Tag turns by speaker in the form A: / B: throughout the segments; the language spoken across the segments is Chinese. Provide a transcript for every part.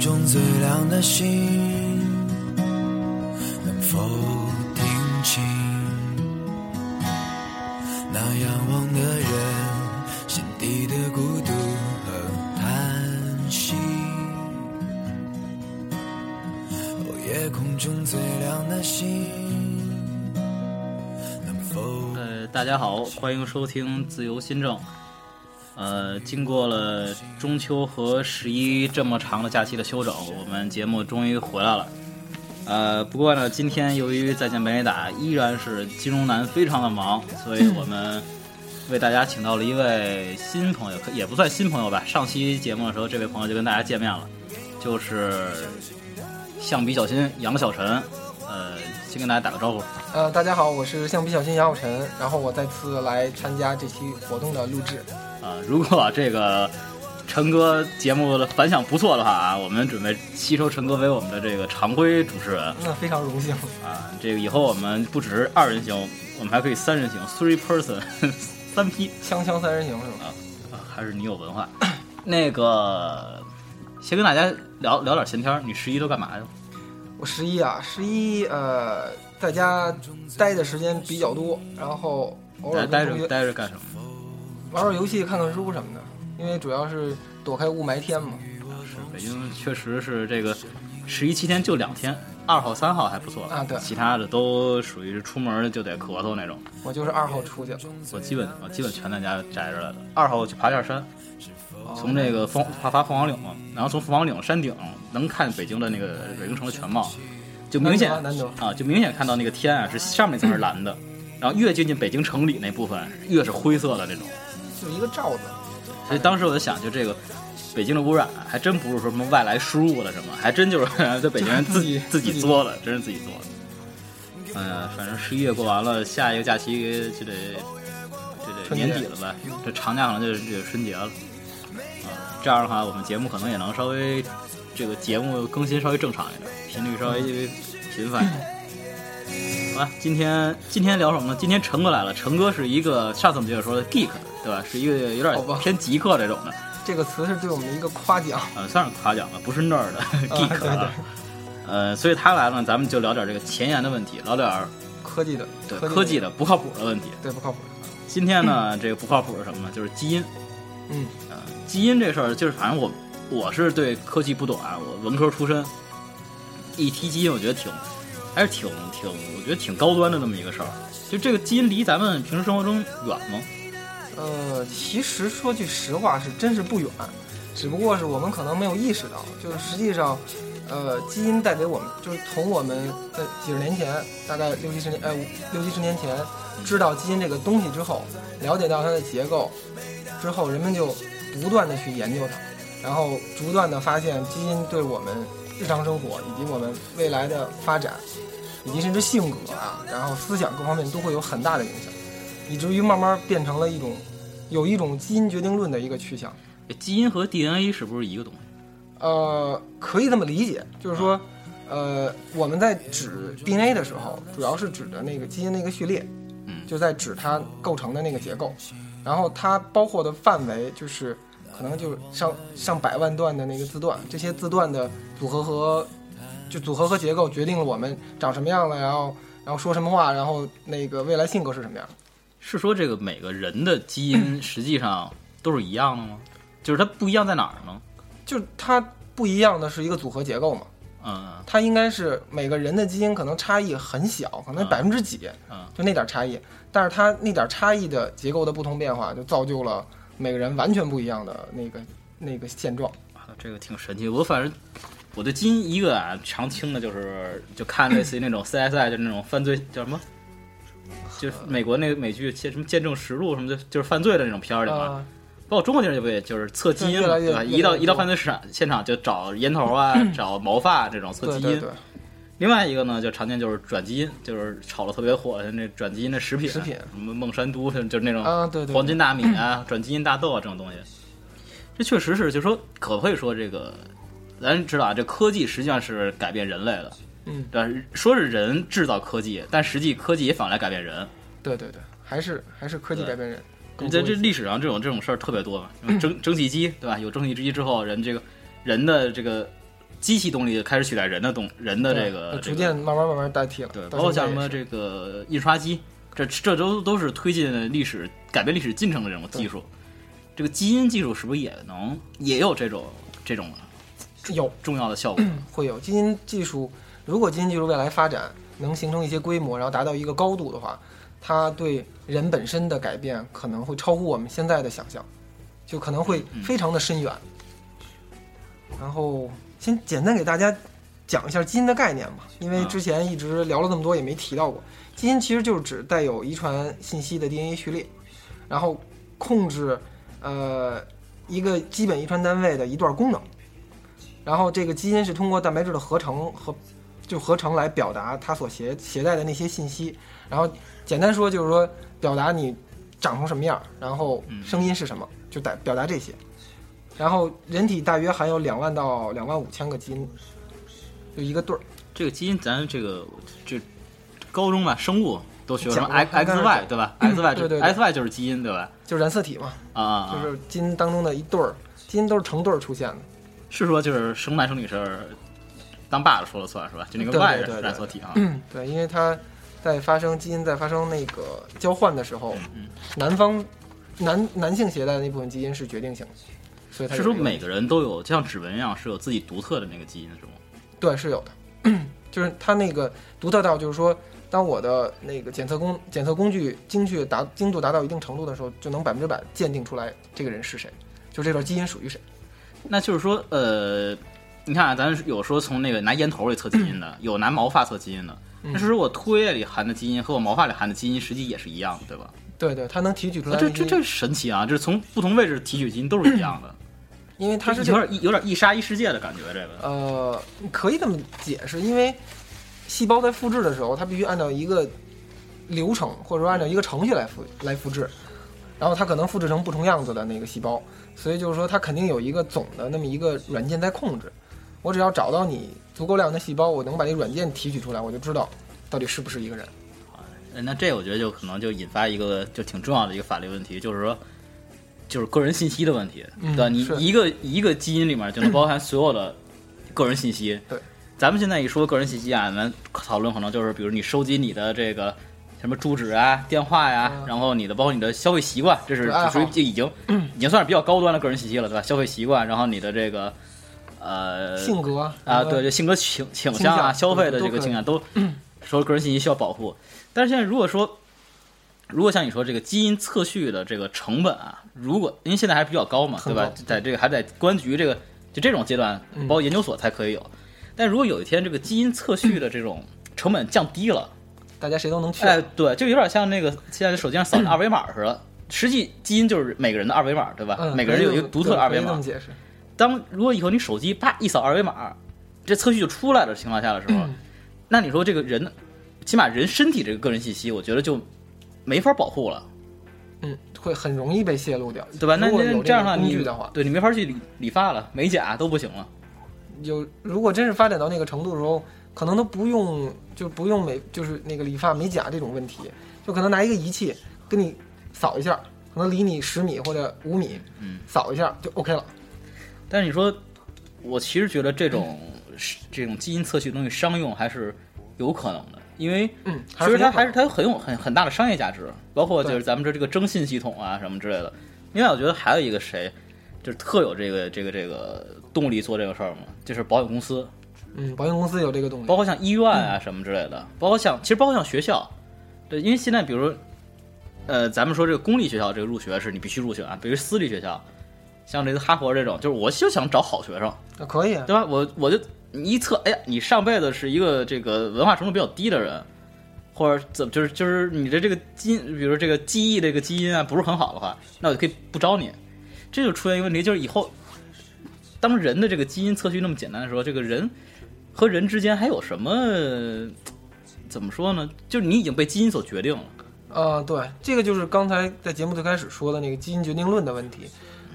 A: 中最亮的星，能否听清？那仰望的人心底的孤独和叹息。哦，夜空中最亮的星，能否？
B: 呃，大家好，欢迎收听自由新政。呃，经过了中秋和十一这么长的假期的休整，我们节目终于回来了。呃，不过呢，今天由于在线北美打依然是金融男非常的忙，所以我们为大家请到了一位新朋友，可也不算新朋友吧。上期节目的时候，这位朋友就跟大家见面了，就是象鼻小新杨小晨。呃，先跟大家打个招呼。
C: 呃，大家好，我是橡皮小新杨晓晨，然后我再次来参加这期活动的录制。
B: 啊，如果这个陈哥节目的反响不错的话啊，我们准备吸收陈哥为我们的这个常规主持人
C: 那非常荣幸，
B: 啊。这个以后我们不只是二人行，我们还可以三人行，three person，三 P
C: 锵锵三人行是吧？
B: 啊，还是你有文化。那个，先跟大家聊聊点闲天儿，你十一都干嘛呀？
C: 我十一啊，十一呃，在家待的时间比较多，然后偶
B: 呃
C: 尔跟
B: 待
C: 同
B: 着
C: 学
B: 待着干什么？
C: 玩玩游戏、看看书什么的，因为主要是躲开雾霾天嘛。
B: 是北京确实是这个十一期间就两天，二号三号还不错
C: 啊对
B: 其他的都属于是出门就得咳嗽那种。
C: 我就是二号出去了，
B: 我基本我基本全在家宅着来的。二号去爬一下山，
C: 哦
B: 从这个凤爬爬凤凰岭嘛，然后从凤凰岭山顶能看北京的那个北京城的全貌，就明显
C: 难得
B: 啊，就明显看到那个天啊是上面一层是蓝的，然后越接近北京城里那部分越是灰色的那种。
C: 就是一个罩子，
B: 所以当时我就想，就这个北京的污染啊还真不是说什么外来输入的什么，还真就是 在北京人自己
C: 就
B: 自
C: 自己
B: 己作的，真是自己作的。哎呀，反正十一月过完了，下一个假期就得就得
C: 春节
B: 年底了吧，这长假可能就是这个春节了。啊，这样的话，我们节目可能也能稍微这个节目更新稍微正常一点，频率稍微频繁一点。
C: 嗯
B: 好吧，今天今天聊什么呢？今天陈哥来了，陈哥是一个上次我们就说的 geek，对吧？是一个有
C: 好
B: 点
C: 吧
B: 偏极客这种的，
C: 这个词是对我们的一个夸奖。
B: 呃，算是夸奖吧，不是那儿的
C: 对
B: geek
C: 对
B: 啊。呃，所以他来了，咱们就聊点这个前沿的问题，聊点儿
C: 科技的，
B: 对科技的不靠谱的问题。
C: 对不靠谱。
B: 今天呢，这个不靠谱是什么呢？就是基因。
C: 嗯，
B: 呃，基因这事儿，就是反正我我是对科技不懂啊，我文科出身，一提基因，我觉得挺还是挺挺，我觉得挺高端的那么一个事儿。就这个基因离咱们平时生活中远吗？
C: 呃，其实说句实话，是真是不远，只不过是我们可能没有意识到，就是实际上，呃，基因带给我们，就是从我们在几十年前，大概六七十年，呃，五六七十年前知道基因这个东西之后，了解到它的结构之后，人们就不断的去研究它，然后逐段的发现基因对我们日常生活以及我们未来的发展，以及甚至性格啊，然后思想各方面都会有很大的影响，以至于慢慢变成了一种有一种基因决定论的一个趋向。
B: 基因和 DNA 是不是一个东西？
C: 呃，可以这么理解，就是说，呃，我们在指 DNA 的时候，主要是指的那个基因的一个序列，
B: 嗯
C: 就在指它构成的那个结构，然后它包括的范围就是可能就是上上百万段的那个字段，这些字段的组合和就组合和结构决定了我们长什么样了，然后然后说什么话，然后那个未来性格是什么样。
B: 是说这个每个人的基因实际上都是一样的吗？就是它不一样在哪儿呢？
C: 就是它不一样的是一个组合结构嘛，
B: 嗯
C: 它应该是每个人的基因可能差异很小，可能
B: 嗯
C: 百分之几，
B: 嗯
C: 就那点差异。但是它那点差异的结构的不同变化，就造就了每个人完全不一样的那个那个现状。
B: 啊，这个挺神奇。我反正我对基因一个啊，常听的就是就看类似于那种 CSI，就那种犯罪叫什么，
C: 呃
B: 就是美国那个美剧见什么《见证实录》什么的，就是犯罪的那种片儿里面，
C: 啊、
B: 包括中国电视剧不也就是测基因嘛，
C: 对越来越
B: 对吧？
C: 越来
B: 一到
C: 越
B: 一到
C: 多
B: 犯罪市场现场就找烟头 啊，找毛发这种测基
C: 对
B: 因。
C: 对对，
B: 另外一个呢，就常见就是转基因，就是炒的特别火的那转基因的食品，啊
C: 食品
B: 什么孟山都，就是那种
C: 啊对对嗯
B: 嗯
C: 对
B: 黄金大米啊、转基因大豆啊这种东西。这确实是，就说可不可以说这个，咱知道啊，这科技实际上是改变人类的，
C: 嗯，
B: 对吧？说是人制造科技，但实际科技也反过来改变人。
C: 对对对，还是还是科技
B: 对
C: 改变人。更
B: 你在
C: 多
B: 这
C: 一些嗯
B: 历史上这种这种事儿特别多嘛，什么蒸蒸汽机对吧？有蒸汽机之后，人这个人的这个机器动力开始取代人的动人的这
C: 对
B: 个
C: 逐
B: 这
C: 渐
B: 个
C: 慢慢慢慢代替了。
B: 对，
C: 啊到
B: 包括
C: 现
B: 像
C: 在
B: 什么
C: 也是
B: 这个印刷机，这这都都是推进历史改变历史进程的这种技术。这个基因技术是不是也能也有这种这种
C: 有
B: 重要的效果？
C: 会有基因技术，如果基因技术未来发展能形成一些规模，然后达到一个高度的话，它对人本身的改变可能会超乎我们现在的想象，就可能会非常的深远。然后先简单给大家讲一下基因的概念吧，因为
B: 嗯
C: 之前一直聊了那么多也没提到过，基因其实就是指带有遗传信息的 DNA 序列，然后控制呃一个基本遗传单位的一段功能。然后这个基因是通过蛋白质的合成和就合成来表达它所携携带的那些信息。然后简单说就是说表达你长成什么样儿，然后声音是什么，就代表达这些。然后人体大约含有两万到两万五千个基因，就一个对儿。
B: 这个基因，咱这个这高中吧，生物都学什么
C: 讲过
B: X
C: 应该
B: X
C: 是
B: Y 对吧？X Y
C: 对对对
B: X Y 就是基因对吧？
C: 就是染色体嘛，
B: 啊啊，啊
C: 就是基因当中的一对儿，基因都是成对儿出现的。
B: 是说就是生男生女是当爸的说了算是吧？就那个
C: 对
B: Y
C: 对对对嗯
B: 染色体啊，
C: 对，因为它在发生基因在发生那个交换的时候，
B: 嗯
C: 男方男男性携带的那部分基因是决定性的，所以它
B: 是
C: 有
B: 说
C: 这个
B: 每个人都有，就像指纹一样，是有自己独特的那个基因是吗？
C: 对是有的，就是它那个独特到就是说，当我的那个检测工检测工具精确达精度达到一定程度的时候，就能百分之百鉴定出来这个人是谁，就这段基因属于谁。
B: 那就是说，呃，你看、啊，咱有说从那个拿烟头里测基因的，有拿毛发测基因的，那是说我唾液里含的基因和我毛发里含的基因实际也是一样的，对吧？
C: 对对，它能提取出来
B: 那
C: 那
B: 这
C: 些，
B: 这这神奇啊！就是从不同位置提取基因都是一样 的，
C: 因为它是
B: 有
C: 这个
B: 点一有点一沙一世界的感觉，这个。
C: 呃，可以这么解释，因为细胞在复制的时候，它必须按照一个流程或者说按照一个程序来复来复制，然后它可能复制成不同样子的那个细胞，所以就是说它肯定有一个总的那么一个软件在控制。我只要找到你足够量的细胞，我能把这软件提取出来，我就知道到底是不是一个人。
B: 呃那这我觉得就可能就引发一个就挺重要的一个法律问题，就是说，就是个人信息的问题，
C: 嗯
B: 对吧？你
C: 是
B: 一个一个基因里面就能包含所有的个人信息。
C: 对，
B: 咱们现在一说个人信息啊，咱讨论可能就是比如你收集你的这个什么住址啊、电话呀、
C: 嗯
B: 然后你的包括你的消费习惯，这是
C: 对爱好
B: 属于就已 经、已经算是比较高端的个人信息了，对吧？消费习惯，然后你的这个呃
C: 性格
B: 啊，
C: 什么
B: 对，就性格倾倾
C: 倾
B: 向啊，
C: 向
B: 消费的
C: 都
B: 这个
C: 可
B: 倾向 都说个人信息需要保护。但是现在如果说，如果像你说这个基因测序的这个成本啊，如果因为现在还比较高嘛，对
C: 很
B: 吧
C: 高？
B: 在这个还在公安局这个就这种阶段，
C: 嗯
B: 包括研究所才可以有。但如果有一天这个基因测序的这 种成本降低了，
C: 大家谁都能去。
B: 哎，对，就有点像那个现在手机上扫那二维码似的。实际基因就是每个人的二维码，对吧？
C: 嗯，
B: 每个人
C: 可以
B: 有一个
C: 这么
B: 独特的
C: 对
B: 二维
C: 可以这
B: 码
C: 么。解释，
B: 当如果以后你手机啪一扫二维码，这测序就出来的情况下的时候，
C: 嗯
B: 那你说这个人，起码人身体这个个人信息，我觉得就没法保护了，
C: 嗯，会很容易被泄露掉，
B: 对吧？那
C: 如果
B: 那
C: 有
B: 这样
C: 个
B: 的话，
C: 工
B: 你
C: 具的话，
B: 对你没法去理理发了，美甲都不行了。
C: 有如果真是发展到那个程度的时候，可能都不用就不用美就是那个理发美甲这种问题，就可能拿一个仪器跟你扫一下，可能离你十米或者五米，
B: 嗯，
C: 扫一下就 OK 了。
B: 但是你说，我其实觉得这种、是这种基因测序的东西商用还是有可能的，因为
C: 嗯，
B: 其实它还是
C: 它
B: 它很有很很大的商业价值，包括就是
C: 对
B: 咱们这这个征信系统啊什么之类的。另外，我觉得还有一个谁，就是特有这个这个这个动力做这个事儿嘛，就是保险公司，
C: 嗯，保险公司有这个东西
B: 包，括像医院啊什么之类的，包括像其实包括像学校，对，因为现在比如，呃，咱们说这个公立学校这个入学是你必须入学啊，比如私立学校，像这个哈佛这种，就是我就想找好学生，
C: 啊可以啊，
B: 对吧？我我就你一测，哎呀，你上辈子是一个这个文化程度比较低的人，或者怎么就是就是你的这个基因，比如说这个记忆这个基因啊不是很好的话，那我就可以不招你。这就出现一个问题，就是以后当人的这个基因测序那么简单的时候，这个人和人之间还有什么？怎么说呢？就是你已经被基因所决定了。
C: 呃，对，这个就是刚才在节目最开始说的那个基因决定论的问题。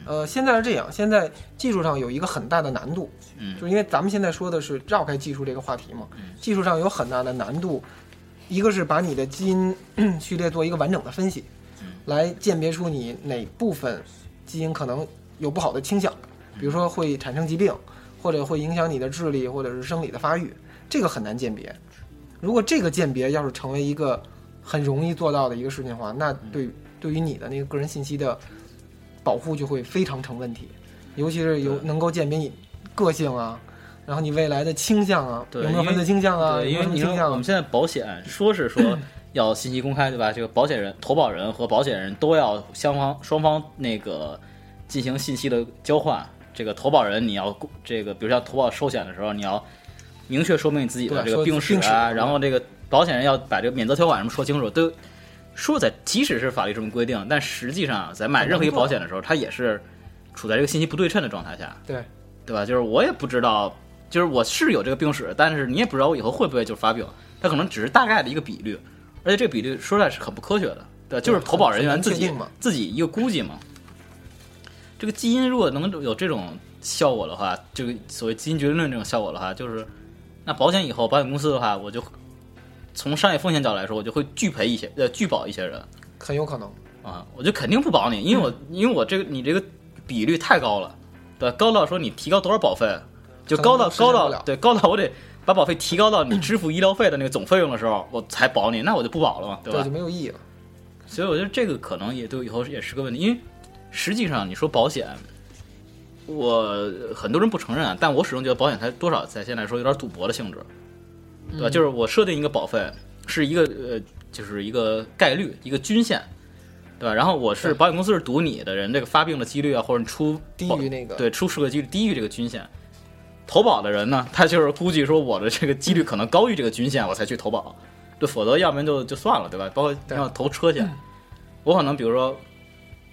C: 呃，现在是这样，现在技术上有一个很大的难度，
B: 嗯
C: 就是因为咱们现在说的是绕开技术这个话题嘛，技术上有很大的难度，一个是把你的基因 序列做一个完整的分析，来鉴别出你哪部分基因可能有不好的倾向，比如说会产生疾病，或者会影响你的智力或者是生理的发育，这个很难鉴别。如果这个鉴别要是成为一个很容易做到的一个事情的话，那对对于你的那个个人信息的保护就会非常成问题，尤其是有
B: 对
C: 能够鉴别你个性啊，然后你未来的倾向啊，
B: 对
C: 有没有
B: 因为
C: 犯罪倾向啊，
B: 对，因
C: 有
B: 为
C: 没
B: 你
C: 有倾
B: 说
C: 向
B: 我
C: 啊
B: 们，现在保险 说是说要信息公开，对吧？这个保险人、投保人和保险人都要双方双方那个进行信息的交换。这个投保人你要公这个，比如像投保寿险的时候，你要明确说明你自己的
C: 对
B: 这个
C: 说
B: 病史
C: 病史
B: 啊，然后这个保险人要把这个免责条款什么说清楚，都说在即使是法律这么规定，但实际上在买任何一个保险的时候，它也是处在这个信息不对称的状态下。
C: 对
B: 对吧？就是我也不知道，就是我是有这个病史，但是你也不知道我以后会不会就发病，它可能只是大概的一个比率，而且这个比率说出来是很不科学的，对吧，就是投保人员自
C: 很
B: 己
C: 难确定嘛
B: 自己一个估计嘛。这个基因如果能有这种效果的话，这个所谓基因决定论这种效果的话，就是那保险以后保险公司的话，我就从商业风险角度来说，我就会拒赔一些呃拒保一些人
C: 很有可能。
B: 啊，我就肯定不保你，因为
C: 嗯
B: 我、因为我这个你这个比率太高了，对吧，高到说你提高多少保费，啊就
C: 可能
B: 高到
C: 都实现
B: 高
C: 不
B: 到
C: 了
B: 对高到我得把保费提高到你支付医疗费的那个总费用的时候，我才保你，那我就不保了嘛，对吧
C: 就？没有意义了。
B: 所以我觉得这个可能也对以后也是个问题，因为实际上你说保险，我很多人不承认啊，但我始终觉得保险它多少在现在来说有点赌博的性质，对吧？
C: 嗯
B: 就是我设定一个保费是一个呃，就是一个概率，一个均线，对吧？然后我是
C: 对
B: 保险公司是赌你的人这个发病的几率啊，或者你出
C: 低
B: 保
C: 于那个
B: 对出事故的几率低于这个均线。投保的人呢，他就是估计说我的这个几率可能高于这个均线，我才去投保，对，否则要不然就就算了，对吧？包括
C: 对
B: 像投车 险，我可能比如说，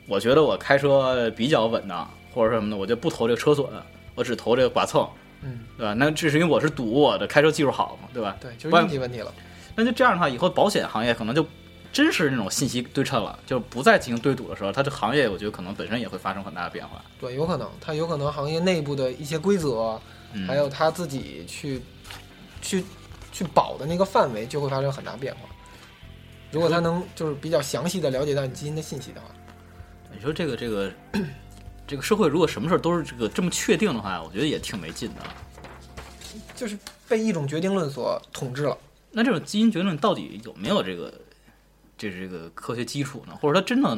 B: 我觉得我开车比较稳当，或者什么的，我就不投这个车损，我只投这个剐蹭，
C: 嗯，
B: 对吧？那这是因为我是赌我的开车技术好嘛，对吧？
C: 对，就是
B: 不然
C: 应急问题了。
B: 那就这样的话，以后保险行业可能就真是那种信息对称了，就是不再进行对赌的时候，它这行业我觉得可能本身也会发生很大的变化。
C: 对，有可能，它有可能行业内部的一些规则，
B: 嗯，
C: 还有他自己去去去保的那个范围，就会发生很大变化。如果他能就是比较详细的了解到你基因的信息的话，
B: 你说这个这个这个社会如果什么事儿都是这个这么确定的话，我觉得也挺没劲的。
C: 就是被一种决定论所统治了。
B: 那这种基因决定论到底有没有这个这这个科学基础呢？或者它真的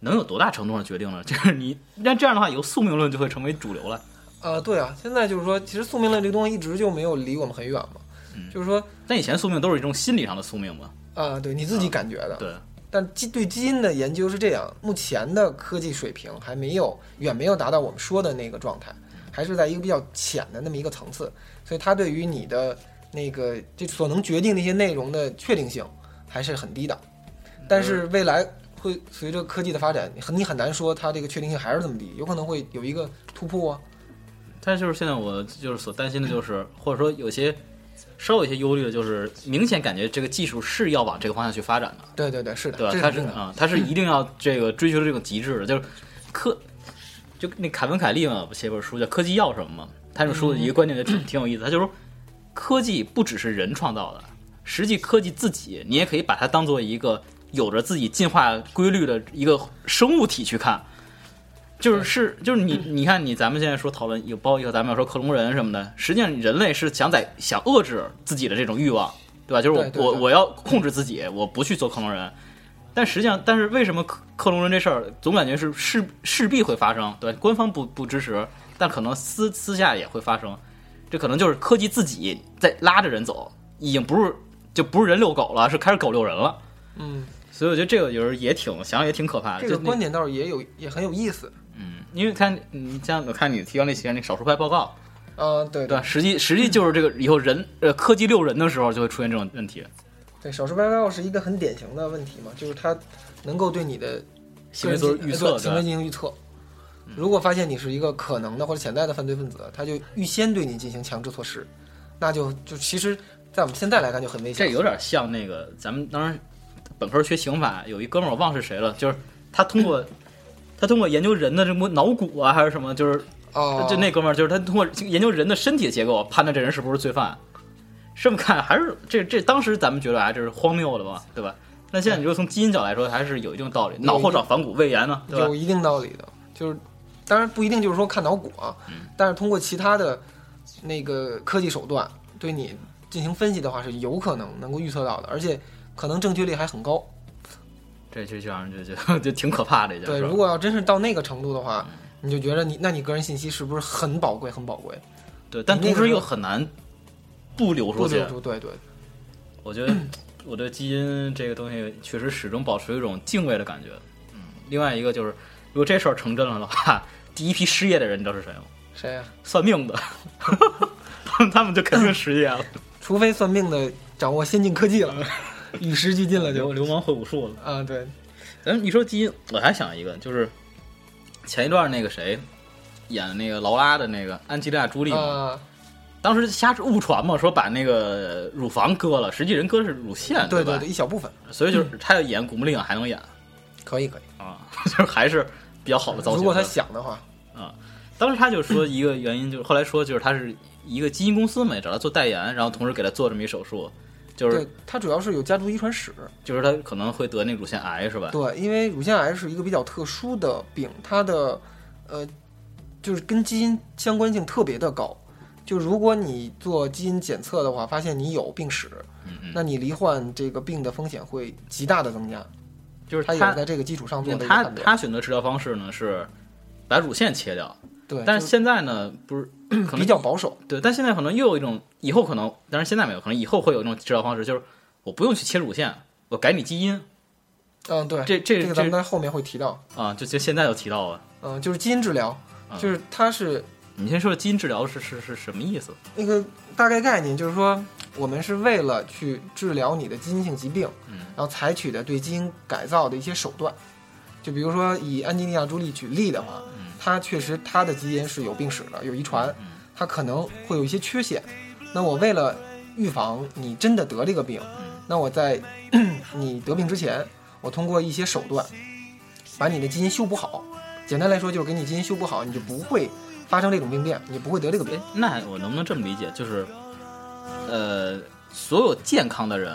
B: 能有多大程度上决定呢？ 就是你那这样的话，以后宿命论就会成为主流了。
C: 呃，对啊，现在就是说，其实宿命论这个东西一直就没有离我们很远嘛，
B: 嗯
C: 就是说，
B: 但以前宿命都是一种心理上的宿命嘛，
C: 啊、对你自己感觉的，
B: 对，
C: 但基对基因的研究是这样，目前的科技水平还没有远没有达到我们说的那个状态，还是在一个比较浅的那么一个层次，所以它对于你的那个这所能决定的一些内容的确定性还是很低的。但是未来会随着科技的发展，很你很难说它这个确定性还是这么低，有可能会有一个突破啊。
B: 但就是现在我就是所担心的就是，或者说有些稍微有些忧虑的就是，明显感觉这个技术是要往这个方向去发展的。
C: 对对对，是的，
B: 对吧
C: 这？
B: 他
C: 肯
B: 是
C: 定的。
B: 啊，他是一定要这个追求这种极致的，就是科，就那凯文凯利嘛，写本书叫《科技要什么》嘛，他这本书的一个
C: 嗯
B: 观点就挺挺有意思，他就说科技不只是人创造的，实际科技自己，你也可以把它当做一个有着自己进化规律的一个生物体去看。就是是就是你你看你咱们现在说讨论有包括以后咱们要说克隆人什么的，实际上人类是想在想遏制自己的这种欲望，对吧？就是我
C: 对对
B: 我
C: 对
B: 我要控制自己，我不去做克隆人。但实际上，但是为什么克克隆人这事儿总感觉是势势必会发生，对吧？官方不不支持，但可能私私下也会发生。这可能就是科技自己在拉着人走，已经不是就不是人遛狗了，是开始狗遛人了。
C: 嗯，
B: 所以我觉得这个有时候也挺想想也挺可怕的。
C: 这
B: 就
C: 个
B: 那
C: 观点倒是也有也很有意思。
B: 嗯，因为看你像我看你提到那些那少数派报告，
C: 嗯，对
B: 对
C: 对
B: 吧？实际实际就是这个以后人呃科技遛人的时候就会出现这种问题，
C: 对，少数派报告是一个很典型的问题嘛，就是它能够对你的
B: 行为做出预测，
C: 对行
B: 对
C: 为
B: 吧？嗯
C: 进行预测。如果发现你是一个可能的或者潜在的犯罪分子，他就预先对你进行强制措施，那就就其实，在我们现在来看就很危
B: 这
C: 险。
B: 有点像那个咱们当时本科学刑法有一哥们儿我忘是谁了，就是他通过、他通过研究人的什么脑骨啊还是什么，就是
C: 哦，
B: 就那哥们儿，就是他通过研究人的身体结构判断这人是不是罪犯。这么看还是这这当时咱们觉得啊，这是荒谬的嘛，对吧？那现在你说从基因角来说，还是有一定道理。
C: 有一定
B: 脑后长反骨，胃炎呢，对吧
C: 有？一定道理的，就是当然不一定就是说看脑骨啊，
B: 嗯
C: 但是通过其他的那个科技手段对你进行分析的话，是有可能能够预测到的，而且可能正确率还很高。
B: 这就就让人就就就挺可怕的，这
C: 对，
B: 件事儿
C: 如果要真是到那个程度的话，
B: 嗯
C: 你就觉得你那你个人信息是不是很宝贵，很宝贵？
B: 对，但同
C: 那个
B: 时又很难不流出
C: 不
B: 去
C: 得。住，对对，
B: 我 觉得我对基因这个东西确实始终保持一种敬畏的感觉。嗯，另外一个就是，如果这事儿成真了的话， 第一批失业的人你知道是谁吗？
C: 谁呀、
B: 算命的，他们他们就肯定失业 了，
C: 除非算命的掌握先进科技了， 与时俱进了就
B: 流流氓会武术了。
C: 啊，对，
B: 嗯，你说基因，我还想一个，就是前一段那个谁演的那个劳拉的那个安吉丽娜·朱莉嘛，
C: 啊，
B: 当时瞎误传嘛，说把那个乳房割了，实际人割的是乳腺，
C: 对
B: 嗯吧？
C: 对，一小部分，
B: 所以就是他要演古墓丽影还能演
C: 可以可以。
B: 啊，就是还是比较好的造型。
C: 如果他想的话，
B: 当时他就说一个原因，就是后来说就是他是一个基因公司嘛，找他做代言，然后同时给他做这么一手术，就是啊
C: 对，他主要是有家族遗传史，
B: 就是他可能会得那乳腺癌是吧？
C: 对，因为乳腺癌是一个比较特殊的病，它的呃就是跟基因相关性特别的高。就如果你做基因检测的话，发现你有病史，
B: 嗯嗯，
C: 那你罹患这个病的风险会极大的增加。
B: 就是
C: 他也是
B: 他
C: 在这个基础上做的一个
B: 他
C: 判断。
B: 他选择治疗方式呢是把乳腺切掉，
C: 对，
B: 但
C: 就是
B: 现在呢不 是可能
C: 比较保守。
B: 对，但现在可能又有一种，以后可能，但是现在没有，可能以后会有一种治疗方式，就是我不用去切乳腺，我改你基因。
C: 嗯，对，
B: 这这
C: 这个咱们
B: 这
C: 在后面会提到。
B: 啊，就就现在就提到了。
C: 嗯，就是基因治疗，
B: 嗯
C: 就是它是
B: 你先说基因治疗是是是什么意思？
C: 那个大概概念，就是说我们是为了去治疗你的基因性疾病，
B: 嗯
C: 然后采取的对基因改造的一些手段。就比如说以安吉丽娜·朱莉举例的话，
B: 嗯
C: 她确实她的基因是有病史的，有遗传，她可能会有一些缺陷。那我为了预防你真的得这个病，
B: 嗯
C: 那我在 你得病之前，我通过一些手段把你的基因修补好。简单来说，就是给你基因修补好，你就不会发生这种病变，你就不会得这个病
B: 哎。，那我能不能这么理解？就是，呃，所有健康的人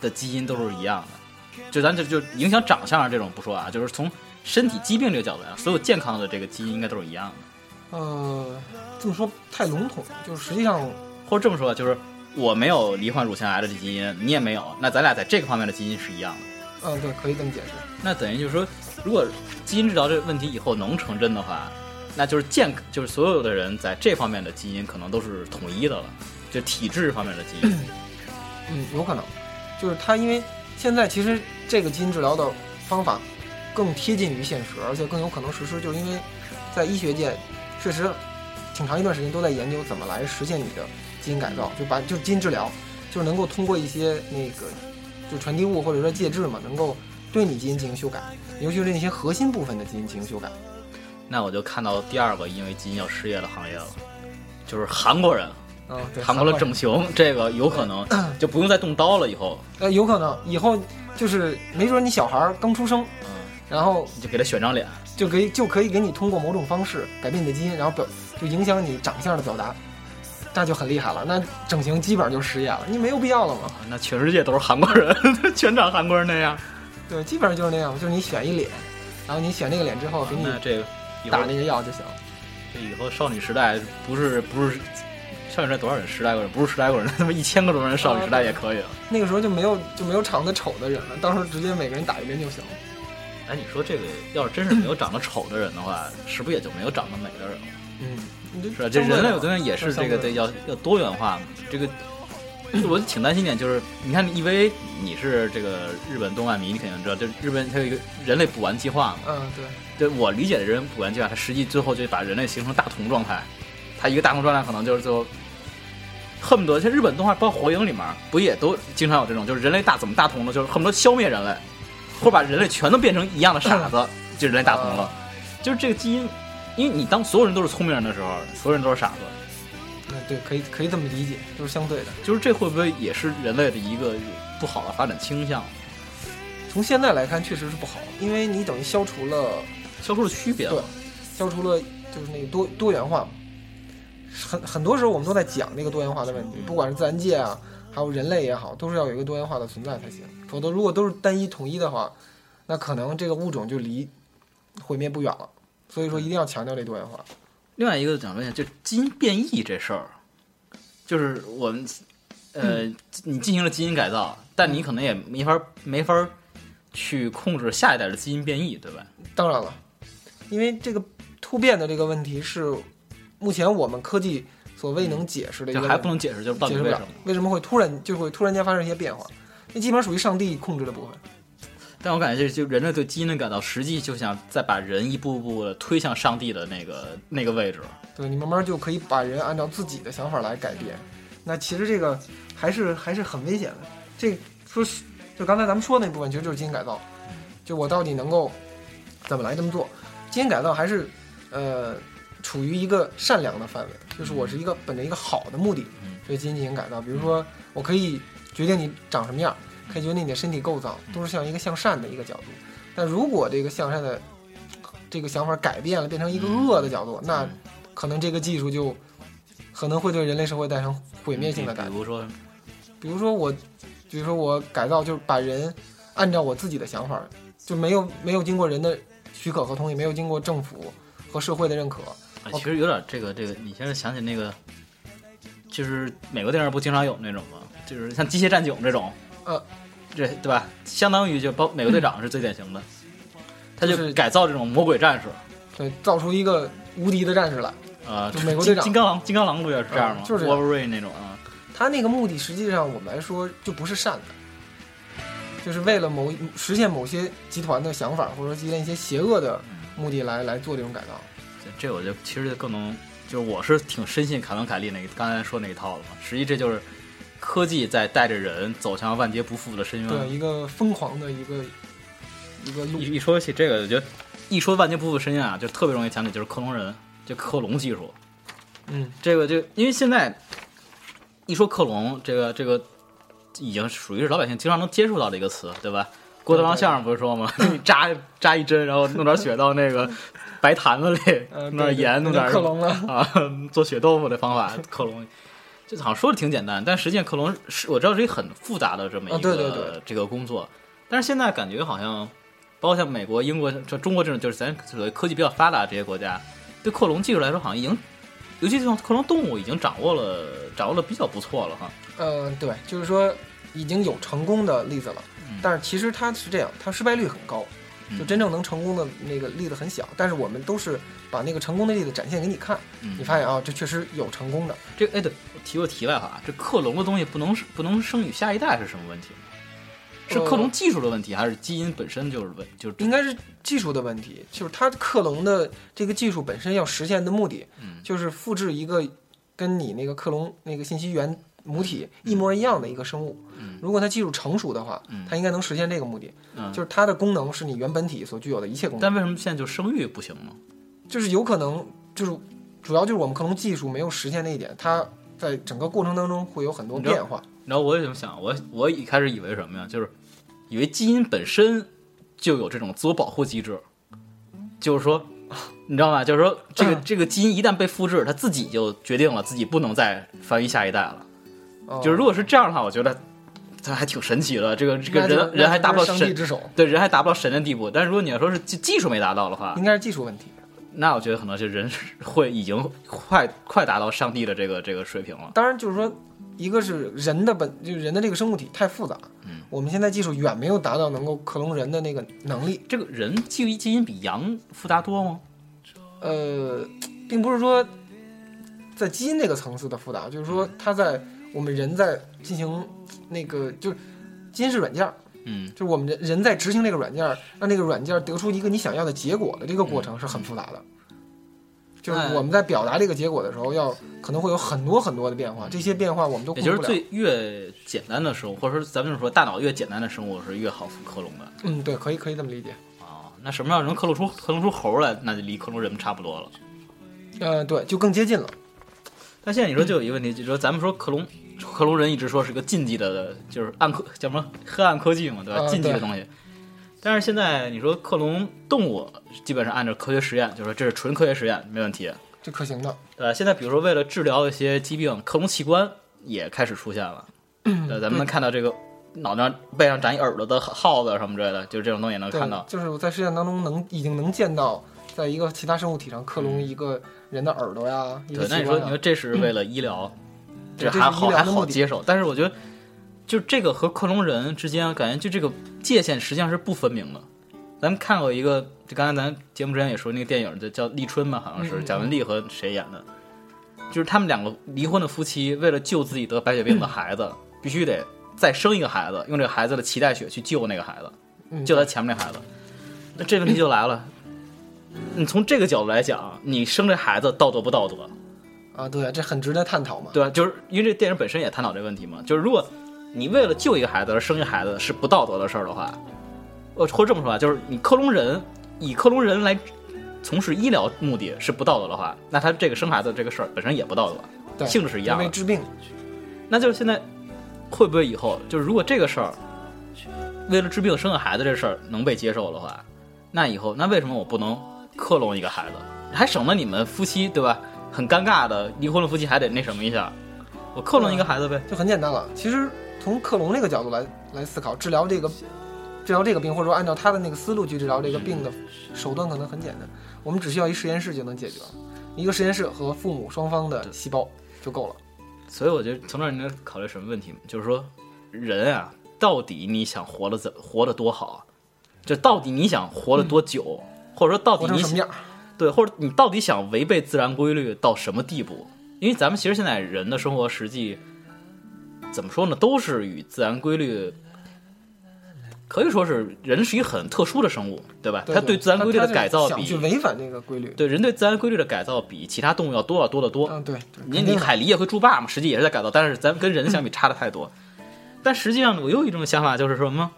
B: 的基因都是一样的，就咱就就影响长相这种不说啊，就是从身体疾病这个角度来讲，所有健康的这个基因应该都是一样的。
C: 呃，这么说太笼统了，就是实际上，
B: 或者这么说吧，啊就是我没有罹患乳腺癌的基因，你也没有，那咱俩在这个方面的基因是一样的。
C: 嗯，对，可以这么解释。
B: 那等于就是说，如果基因治疗这个问题以后能成真的话，那就是健，就是所有的人在这方面的基因可能都是统一的了，就体质方面的基因。
C: 嗯，有可能，就是它因为现在其实这个基因治疗的方法更贴近于现实，而且更有可能实施，就是因为在医学界确实挺长一段时间都在研究怎么来实现你的基因改造，就把就是基因治疗，就是能够通过一些那个就传递物或者说介质嘛，能够对你基因进行修改，尤其是那些核心部分的基因进行修改。
B: 那我就看到第二个因为基因要失业的行业了，就是韩国人，
C: 嗯，对，
B: 韩国的整形，这个有可能就不用再动刀了，以后，
C: 呃，有可能以后就是没准你小孩儿刚出生，
B: 嗯，
C: 然后
B: 你就给他选张脸。啊
C: 就可以就可以给你通过某种方式改变你的基因，然后表就影响你长相的表达，那就很厉害了。那整形基本上就失业了，你没有必要了嘛？
B: 那全世界都是韩国人， 全长韩国人那样。
C: 对，基本上就是那样，就是你选一脸，然后你选那个脸之后给你
B: 那这个以后
C: 打那个药就行。
B: 这以后少女时代不是不是少女时代多少人？十来个人，不是十来个人， 他妈一千个多人少女时代也可以了。
C: 那个时候就没有就没有长得丑的人了，到时候直接每个人打一针就行了。
B: 哎，你说这个要是真是没有长得丑的人的话，是不是也就没有长得美的人了？
C: 嗯，你
B: 是吧？啊这人类有东西也是这个
C: 对
B: 得
C: 了
B: 要要多元化嘛。这个我挺担心一点，就是你看，因为你是这个日本动漫迷，你肯定知道，就日本它有一个人类补完计划嘛。
C: 嗯，对，
B: 对我理解的人补完计划，它实际最后就把人类形成大同状态。它一个大同状态可能就是就恨不得像日本动画，包括《火影》里面，不也都经常有这种，就是人类大怎么大同了，就是恨不得消灭人类，或者把人类全都变成一样的傻子，就人类大同了。就是这个基因，因为你当所有人都是聪明人的时候，所有人都是傻子。
C: 嗯对，可以可以这么理解，就是相对的。
B: 就是这会不会也是人类的一个不好的发展倾向？
C: 从现在来看，确实是不好，因为你等于消除了
B: 消除了区别了
C: 对，消除了就是那个多多元化嘛。很很多时候我们都在讲这个多元化的问题，
B: 嗯
C: 不管是自然界啊，还有人类也好，都是要有一个多元化的存在才行。否则，如果都是单一统一的话，那可能这个物种就离毁灭不远了。所以说一定要强调这多元化。
B: 另外一个想问一下，就基因变异这事儿，就是我们呃，
C: 嗯
B: 你进行了基因改造，但你可能也没法没法去控制下一代的基因变异，对吧？
C: 当然了，因为这个突变的这个问题是目前我们科技所未能解释的一
B: 就嗯
C: 个问题，
B: 还不能解释，就是到
C: 解
B: 底
C: 释不
B: 为什
C: 了
B: 么。
C: 为什么会突然就会突然间发生一些变化，那基本上属于上帝控制的部分。
B: 但我感觉就人类对基因的感到，实际就想再把人一步步的推向上帝的那个那个位置。
C: 对你慢慢就可以把人按照自己的想法来改变。那其实这个还是还是很危险的。这说是就刚才咱们说那部分，其实就是基因改造，就我到底能够怎么来这么做？基因改造还是呃处于一个善良的范围，就是我是一个本着一个好的目的
B: 嗯
C: 对基因进行改造。比如说，我可以决定你长什么样，可以决定你的身体构造，都是向一个向善的一个角度。但如果这个向善的这个想法改变了，变成一个恶的角度，那
B: 嗯
C: 可能这个技术就可能会对人类社会带上毁灭性的改
B: 比
C: 变。
B: 如说，
C: 比如说我，比如说我改造，就是把人按照我自己的想法，就没有没有经过人的许可和同意，没有经过政府和社会的认可。
B: 哎
C: 我
B: 其实有点这个这个，你现在想起那个，就是美国电影不经常有那种吗？就是像《机械战警》这种，
C: 呃，
B: 这对吧？相当于就包美国队长是最典型的，他
C: 嗯就
B: 就是改造这种魔鬼战士，
C: 对，造出一个无敌的战士来。
B: 呃，
C: 就美国队长
B: 金金刚狼，金刚狼不也是这样吗？
C: 嗯就是这样
B: Wolverine 那种啊，
C: 他那个目的实际上我们来说就不是善的，就是为了某实现某些集团的想法，或者说实现一些邪恶的目的来来做这种改造。
B: 这这我就其实就更能，就是我是挺深信凯文凯利那个刚才说那一套的嘛。实际这就是科技在带着人走向万劫不复的深
C: 对，
B: 渊。
C: 一个疯狂的一个一个路。
B: 一一说起这个，我觉得一说万劫不复深渊啊，就特别容易想起就是克隆人，就克隆技术。
C: 嗯，
B: 这个就因为现在一说克隆，这个这个已经属于是老百姓经常能接触到的一个词，对吧？郭德纲相声不是说吗？ 你扎扎一针，然后弄点血到那个白坛子里，
C: 呃，
B: 弄点盐，弄
C: 对
B: 点
C: 对克隆了。
B: 啊，做血豆腐的方法克隆，这好像说的挺简单，但实际上克隆是我知道是一个很复杂的这么一个、
C: 啊对对对
B: 这个工作，但是现在感觉好像，包括像美国、英国、这中国这种就是咱所谓科技比较发达的这些国家，对克隆技术来说好像已经，尤其是从克隆动物已经掌握了掌握了比较不错了哈，
C: 嗯、对，就是说已经有成功的例子了，
B: 嗯
C: 但是其实它是这样，它失败率很高，就
B: 嗯
C: 真正能成功的那个例子很小。但是我们都是把那个成功的例子展现给你看，
B: 嗯
C: 你发现啊，这确实有成功的。
B: 这个哎，对，我提个题外话，啊这克隆的东西不能是不能生育下一代是什么问题？是
C: 呃
B: 克隆技术的问题，还是基因本身就是问就是
C: 应该是技术的问题，就是它克隆的这个技术本身要实现的目的，
B: 嗯
C: 就是复制一个跟你那个克隆那个信息源母体一模一样的一个生物。
B: 嗯
C: 如果它技术成熟的话，
B: 嗯
C: 它应该能实现这个目的，
B: 嗯
C: 就是它的功能是你原本体所具有的一切功能，
B: 但为什么现在就生育不行呢？
C: 就是有可能就是主要就是我们克隆技术没有实现那一点，它在整个过程当中会有很多
B: 你知道
C: 变化。
B: 然后我也这么想，我我一开始以为什么呀？就是以为基因本身就有这种自我保护机制，就是说，你知道吗？就是说，这个、
C: 嗯
B: 这个基因一旦被复制，它自己就决定了自己不能再繁育下一代了。
C: 哦
B: 就是如果是这样的话，我觉得它还挺神奇的。这个这个
C: 那就
B: 人
C: 那就
B: 人还达不到
C: 是上帝
B: 神，啊
C: 之手，
B: 对人还达不到神的地步。但是如果你要说是技技术没达到的话
C: 应，该是技术问题。
B: 那我觉得可能就人是会已经快快达到上帝的这个这个水平了。
C: 当然，就是说，一个是人的本，就是人的这个生物体太复杂，
B: 嗯，
C: 我们现在技术远没有达到能够克隆人的那个能力。
B: 这个人基因基因比羊复杂多吗？
C: 呃，并不是说在基因这个层次的复杂，就是说它在我们人在进行那个，就是基因是软件儿，
B: 嗯。
C: 就是我们人人在执行这个软件儿，让这个软件儿得出一个你想要的结果的这个过程是很复杂的。
B: 嗯
C: 就是
B: 哎
C: 我们在表达这个结果的时候要，可能会有很多很多的变化，这些变化我们都
B: 也
C: 控制
B: 就是
C: 不了。
B: 最越简单的生物，或者说咱们就是说大脑越简单的生物是越好克隆的
C: 嗯，对，可以可以这么理解。
B: 啊。那什么样能克隆出克隆出猴来，那就离克隆人差不多了。
C: 呃，对，就更接近了。
B: 但现在你说就有一个问题，就是说咱们说克隆克隆人一直说是个禁忌的，就是暗科叫什么 黑暗科技嘛，对吧？
C: 啊
B: 禁忌的
C: 对
B: 东西。但是现在你说克隆动物，基本上按照科学实验，就是说这是纯科学实验，没问题。
C: 这可行的。
B: 呃，现在比如说为了治疗一些疾病，克隆器官也开始出现了。呃，咱们能看到这个脑袋上背上长一耳朵的耗子什么之类的，就是这种东西也能
C: 对
B: 看到，。
C: 就是我在实验当中能已经能见到在一个其他生物体上克隆一个人的耳朵呀，一
B: 嗯
C: 个
B: 对，那
C: 器
B: 你说，
C: 官
B: 你
C: 呀
B: 说这是为了医疗，
C: 对这
B: 还
C: 是医
B: 好
C: 疗
B: 还
C: 的目
B: 好
C: 的
B: 接受，但是我觉得，就这个和克隆人之间，感觉就这个界限实际上是不分明的。咱们看过一个，就刚才咱节目之前也说那个电影，就叫《立春》嘛，好像
C: 嗯
B: 是
C: 嗯
B: 贾雯丽和谁演的，就是他们两个离婚的夫妻，为了救自己得白血病的孩子，必须得再生一个孩子，用这个孩子的脐带血去救那个孩子。
C: 嗯
B: 就他前面那孩子。那这问题就来了，你从这个角度来讲，你生这孩子道德不道德，
C: 啊，对，这很值得探讨嘛。
B: 对吧？就是因为这电影本身也探讨这个问题嘛，就是如果你为了救一个孩子而生一个孩子是不道德的事儿的话，呃，或者这么说吧，就是你克隆人以克隆人来从事医疗目的是不道德的话，那他这个生孩子这个事儿本身也不道德，
C: 对，
B: 性质是一样
C: 因
B: 的
C: 为。治病，
B: 那就是现在会不会以后就是如果这个事儿为了治病生个孩子这事儿能被接受的话，那以后那为什么我不能克隆一个孩子，还省得你们夫妻对吧？很尴尬的离婚了夫妻还得那什么一下，我克隆一个孩子呗。
C: 就很简单了。其实从克隆这个角度来来思考治疗这个治疗这个病，或者说按照他的那个思路去治疗这个病的手段，可能很简单。我们只需要一实验室就能解决了，一个实验室和父母双方的细胞就够了。
B: 所以我觉得从这儿你能考虑什么问题吗？就是说，人啊，到底你想活得怎活得多好啊，就到底你想活得多久，或者说到底
C: 嗯活成
B: 你
C: 什么
B: 想
C: 样？
B: 对，或者你到底想违背自然规律到什么地步？因为咱们其实现在人的生活实际怎么说呢，都是与自然规律，可以说是人是一个很特殊的生物，对吧？
C: 对
B: 它
C: 对
B: 对自然规律的
C: 他就
B: 改造
C: 想去
B: 比
C: 违反这个规律。
B: 对人对自然规律的改造比其他动物要多要多得多。
C: 嗯，对，对
B: 你
C: 肯定
B: 你
C: 的
B: 海狸也会筑坝嘛，实际也是在改造，但是咱跟人相比差的太多。 但实际上，我又有一种想法，就是说什么？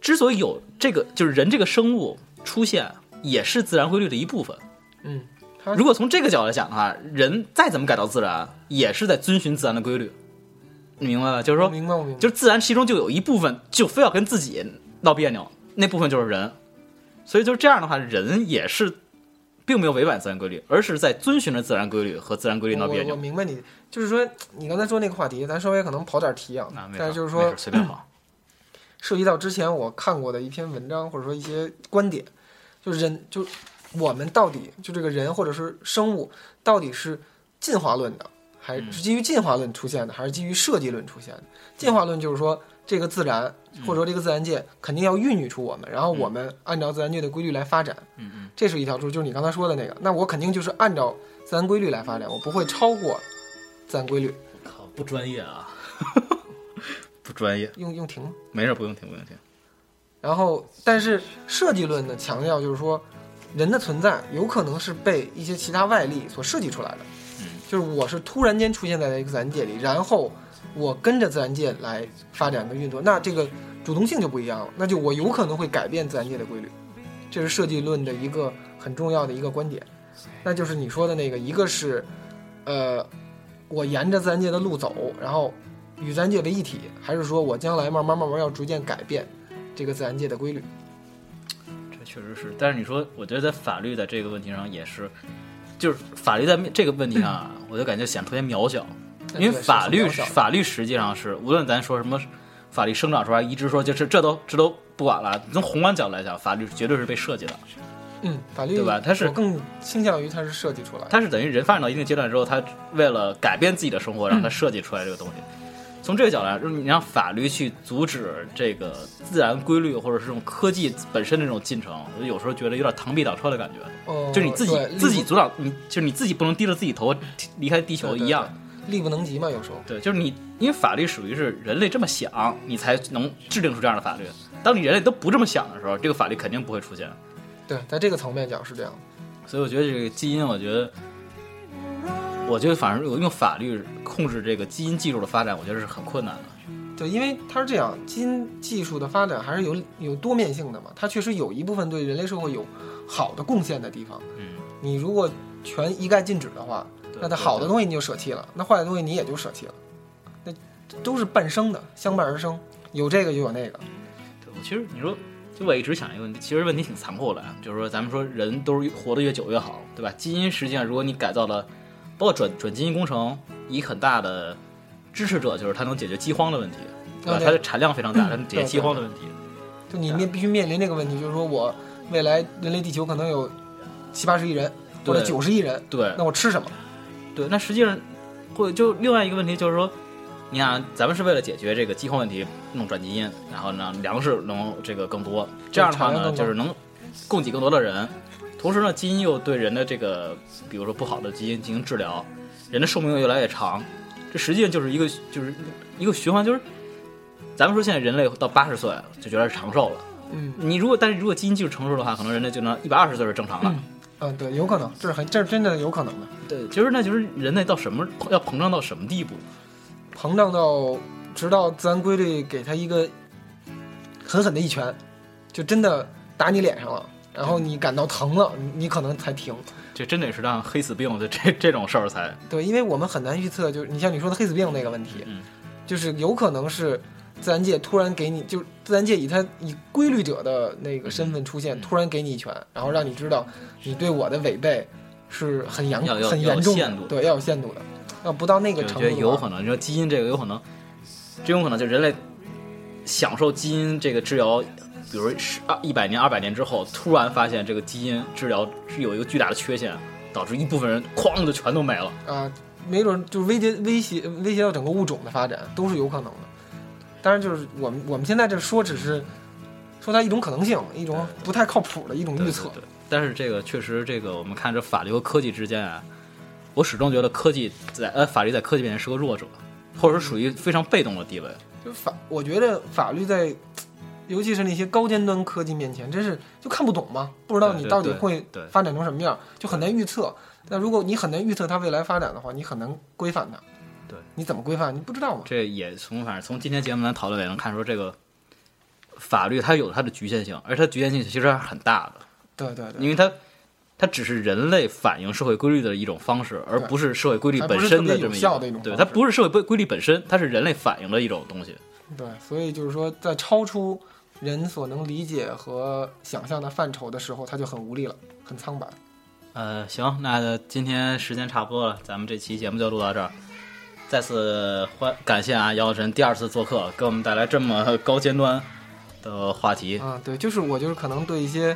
B: 之所以有这个，就是人这个生物出现，也是自然规律的一部分。
C: 嗯，他
B: 如果从这个角度来讲的话，人再怎么改造自然，也是在遵循自然的规律，你明白吧？就是
C: 我
B: 说，
C: 明白，我明白，
B: 就是自然其中就有一部分就非要跟自己闹别扭，那部分就是人。所以就是这样的话，人也是并没有违反自然规律，而是在遵循着自然规律和自然规律闹
C: 我
B: 别
C: 我
B: 扭
C: 我。明白你，就是说你刚才说那个话题，咱稍微可能跑点题啊
B: 那，没
C: 但
B: 事，
C: 是就是
B: 没
C: 说
B: 事随便 跑。
C: 涉及到之前我看过的一篇文章，或者说一些观点，就是人就我们到底就这个人或者是生物到底是进化论的，还
B: 嗯
C: 是基于进化论出现的，还是基于设计论出现的？进化论就是说这个自然
B: 嗯
C: 或者说这个自然界肯定要孕育出我们，然后我们按照自然界的规律来发展，
B: 嗯嗯，
C: 这是一条路，就是你刚才说的那个。那我肯定就是按照自然规律来发展，我不会超过自然规律。
B: 靠，不专业啊， 不专业，
C: 用用停吗？
B: 没事，不用听，不用听。
C: 然后，但是设计论呢，强调就是说，人的存在有可能是被一些其他外力所设计出来的。
B: 嗯，
C: 就是我是突然间出现在一个自然界里，然后我跟着自然界来发展跟运作，那这个主动性就不一样了，那就我有可能会改变自然界的规律。这是设计论的一个很重要的一个观点，那就是你说的那个，一个是，呃，我沿着自然界的路走，然后与自然界为一体，还是说我将来慢慢慢慢要逐渐改变这个自然界的规律？
B: 这确实是，但是你说，我觉得在法律在这个问题上也是，就是法律在面这个问题上啊，我就感觉显得特别渺小，
C: 那
B: 因为
C: 这个是
B: 法
C: 很
B: 律
C: 渺小的
B: 法律实际上是，无论咱说什么法律生长出来移植说，就是这都这都不管了。从宏观角度来讲，法律绝对是被设计的，
C: 嗯，法律
B: 对吧它是
C: 我更倾向于它是设计出来的。
B: 它是等于人发展到一定阶段之后，他为了改变自己的生活，让他设计出来这个东西。从这个角度来，就是你让法律去阻止这个自然规律或者是这种科技本身的这种进程，我有时候觉得有点螳臂挡车的感觉。
C: 哦，
B: 就是你自己
C: 对力
B: 自
C: 不
B: 己阻挡你，就是你自己不能低着自己头离开地球一样。
C: 力不能及嘛，有时候。
B: 对，就是你，因为法律属于是人类这么想，你才能制定出这样的法律。当你人类都不这么想的时候，这个法律肯定不会出现。
C: 对，在这个层面讲是这样。
B: 所以我觉得这个基因，我觉得，我觉得反正用法律控制这个基因技术的发展，我觉得是很困难的。
C: 对，因为它是这样，基因技术的发展还是有有多面性的嘛，它确实有一部分对人类社会有好的贡献的地方。
B: 嗯，
C: 你如果全一概禁止的话，那它好的东西你就舍弃了，那坏的东西你也就舍弃了，那都是伴生的，相伴而生，有这个就有那个。
B: 对，我其实你说，就我一直想一个问题，其实问题挺残酷的啊，就是说咱们说人都是活得越久越好，对吧？基因实际上，如果你改造了，包括转转基因工程，一很大的支持者就是它能解决饥荒的问题，对吧？
C: 啊对
B: 它的产量非常大，它能解决饥荒的问题。
C: 就你面必须面临这个问题，就是说我未来人类地球可能有七八十亿人或
B: 对
C: 者九十亿人，
B: 对
C: 那我吃什么？
B: 对，那实际上会就另外一个问题就是说，你看咱们是为了解决这个饥荒问题弄转基因，然后呢粮食能这个更多，这样的话
C: 产
B: 呢
C: 量更
B: 就是能供给更多的人，同时呢基因又对人的这个比如说不好的基因进行治疗，人的寿命又越来越长，这实际上就是一个就是一个循环，就是咱们说现在人类到八十岁就觉得是长寿了。
C: 嗯
B: 你如果但是如果基因技术成熟的话，可能人类就能一百二十岁是正常的。
C: 嗯，对，有可能，这是很，这是真的有可能的，
B: 对，就是那就是人类到什么要膨胀到什么地步？
C: 膨胀到直到自然规律给他一个狠狠的一拳，就真的打你脸上了，然后你感到疼了，你你可能才停。
B: 这真得是让黑死病的这 这种事儿才
C: 对，因为我们很难预测，就是你像你说的黑死病那个问题，
B: 嗯
C: 就是有可能是自然界突然给你，就是自然界以它以规律者的那个身份出
B: 嗯
C: 现，突然给你一拳，然后让你知道你对我的违背是很严
B: 要要
C: 很严重
B: 要有限度
C: 的，对，要有限度的，要不到那个
B: 我
C: 程
B: 觉
C: 度
B: 得
C: 的话，
B: 有可能。你说基因这个有可能，真有可能就人类享受基因这个治疗，比如十二一百年、二百年之后，突然发现这个基因治疗是有一个巨大的缺陷，导致一部分人哐就全都没了。
C: 啊、没准就是威胁威胁威胁到整个物种的发展都是有可能的。当然，就是我们我们现在这说只是说它一种可能性，一种不太靠谱的一种
B: 对
C: 预测。
B: 对对但是这个确实，这个我们看这法律和科技之间啊，我始终觉得科技在呃法律在科技面前是个弱者，或者说属于非常被动的地位。
C: 就是法，我觉得法律在，尤其是那些高尖端科技面前，真是就看不懂嘛，不知道你
B: 对对
C: 到底
B: 对
C: 会
B: 对
C: 发展成什么样，就很难预测。那如果你很难预测它未来发展的话，你很难规范它。
B: 对，
C: 你怎么规范？你不知道嘛？
B: 这也从反正从今天节目来讨论也能看出，这个法律它有它的局限性，而它局限性其实还是很大的，
C: 对对
B: 因
C: 对，
B: 为它它只是人类反映社会规律的一种方式，而不是社会规律本身的这么一
C: 还不是特别有效的一
B: 个
C: 种。
B: 对，
C: 方式
B: 它不是社会规规律本身，它是人类反映的一种东西。
C: 对，所以就是说，在超出人所能理解和想象的范畴的时候，它就很无力了，很苍白。
B: 呃，行，那今天时间差不多了，咱们这期节目就录到这儿。再次欢感谢啊，姚晨第二次做客，给我们带来这么高尖端的话题。
C: 啊，对，就是我就是可能对一些，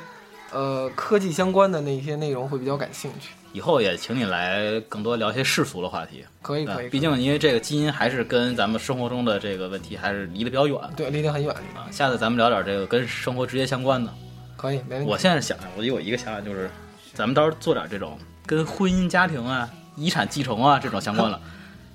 C: 呃，科技相关的那些内容会比较感兴趣。
B: 以后也请你来更多聊一些世俗的话题。
C: 可以
B: 对，
C: 可以，
B: 啊毕竟因为这个基因还是跟咱们生活中的这个问题还是离得比较远
C: 对离得很远，
B: 啊。下次咱们聊点这个跟生活直接相关的。
C: 可以没问题。
B: 我现在想，我有一个想法就是，咱们到时候做点这种跟婚姻、家庭啊、遗产继承啊这种相关 的。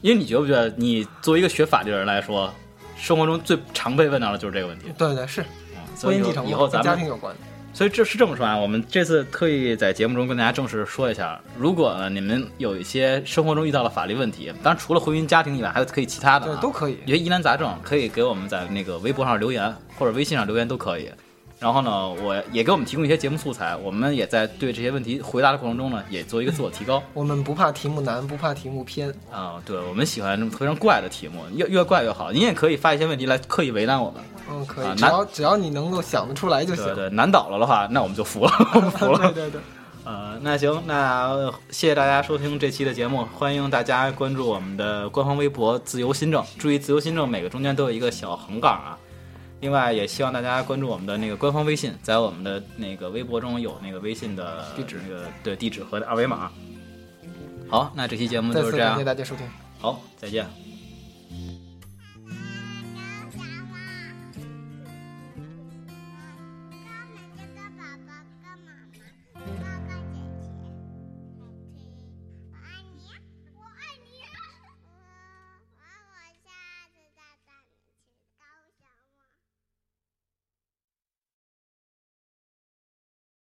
B: 因为你觉不觉得，你作为一个学法律的人来说，生活中最常被问到的就是这个问题。
C: 对对是
B: 啊所
C: 嗯婚
B: 以
C: 姻继承
B: 以
C: 嘛
B: 后
C: 跟
B: 咱
C: 家
B: 们
C: 庭有关的。
B: 所以这是这么说啊，我们这次特意在节目中跟大家正式说一下，如果呃你们有一些生活中遇到了法律问题，当然除了婚姻家庭以外，还有可以其他的、
C: 对
B: 啊，，
C: 都可以。
B: 有些疑难杂症可以给我们在那个微博上留言，或者微信上留言都可以。然后呢，我也给我们提供一些节目素材，我们也在对这些问题回答的过程中呢，也做一个自我提高
C: 我们不怕题目难，不怕题目偏。
B: 啊、对我们喜欢这种非常怪的题目，越越怪越好。您也可以发一些问题来刻意为难我们，
C: 嗯，可
B: 啊
C: 以，只
B: 那
C: 要只要你能够想得出来就行。
B: 对对，难倒了的话，那我们就服了， 我们服了
C: 对。对对，
B: 呃，那行，那呃谢谢大家收听这期的节目，欢迎大家关注我们的官方微博“自由新政”，注意“自由新政”每个中间都有一个小横杠啊。另外，也希望大家关注我们的那个官方微信，在我们的那个微博中有那个微信的
C: 地址
B: 那个对地址和二维码。好，那这期节目
C: 再
B: 就是
C: 次
B: 这
C: 感
B: 样
C: 谢，大家收听。
B: 好，再见。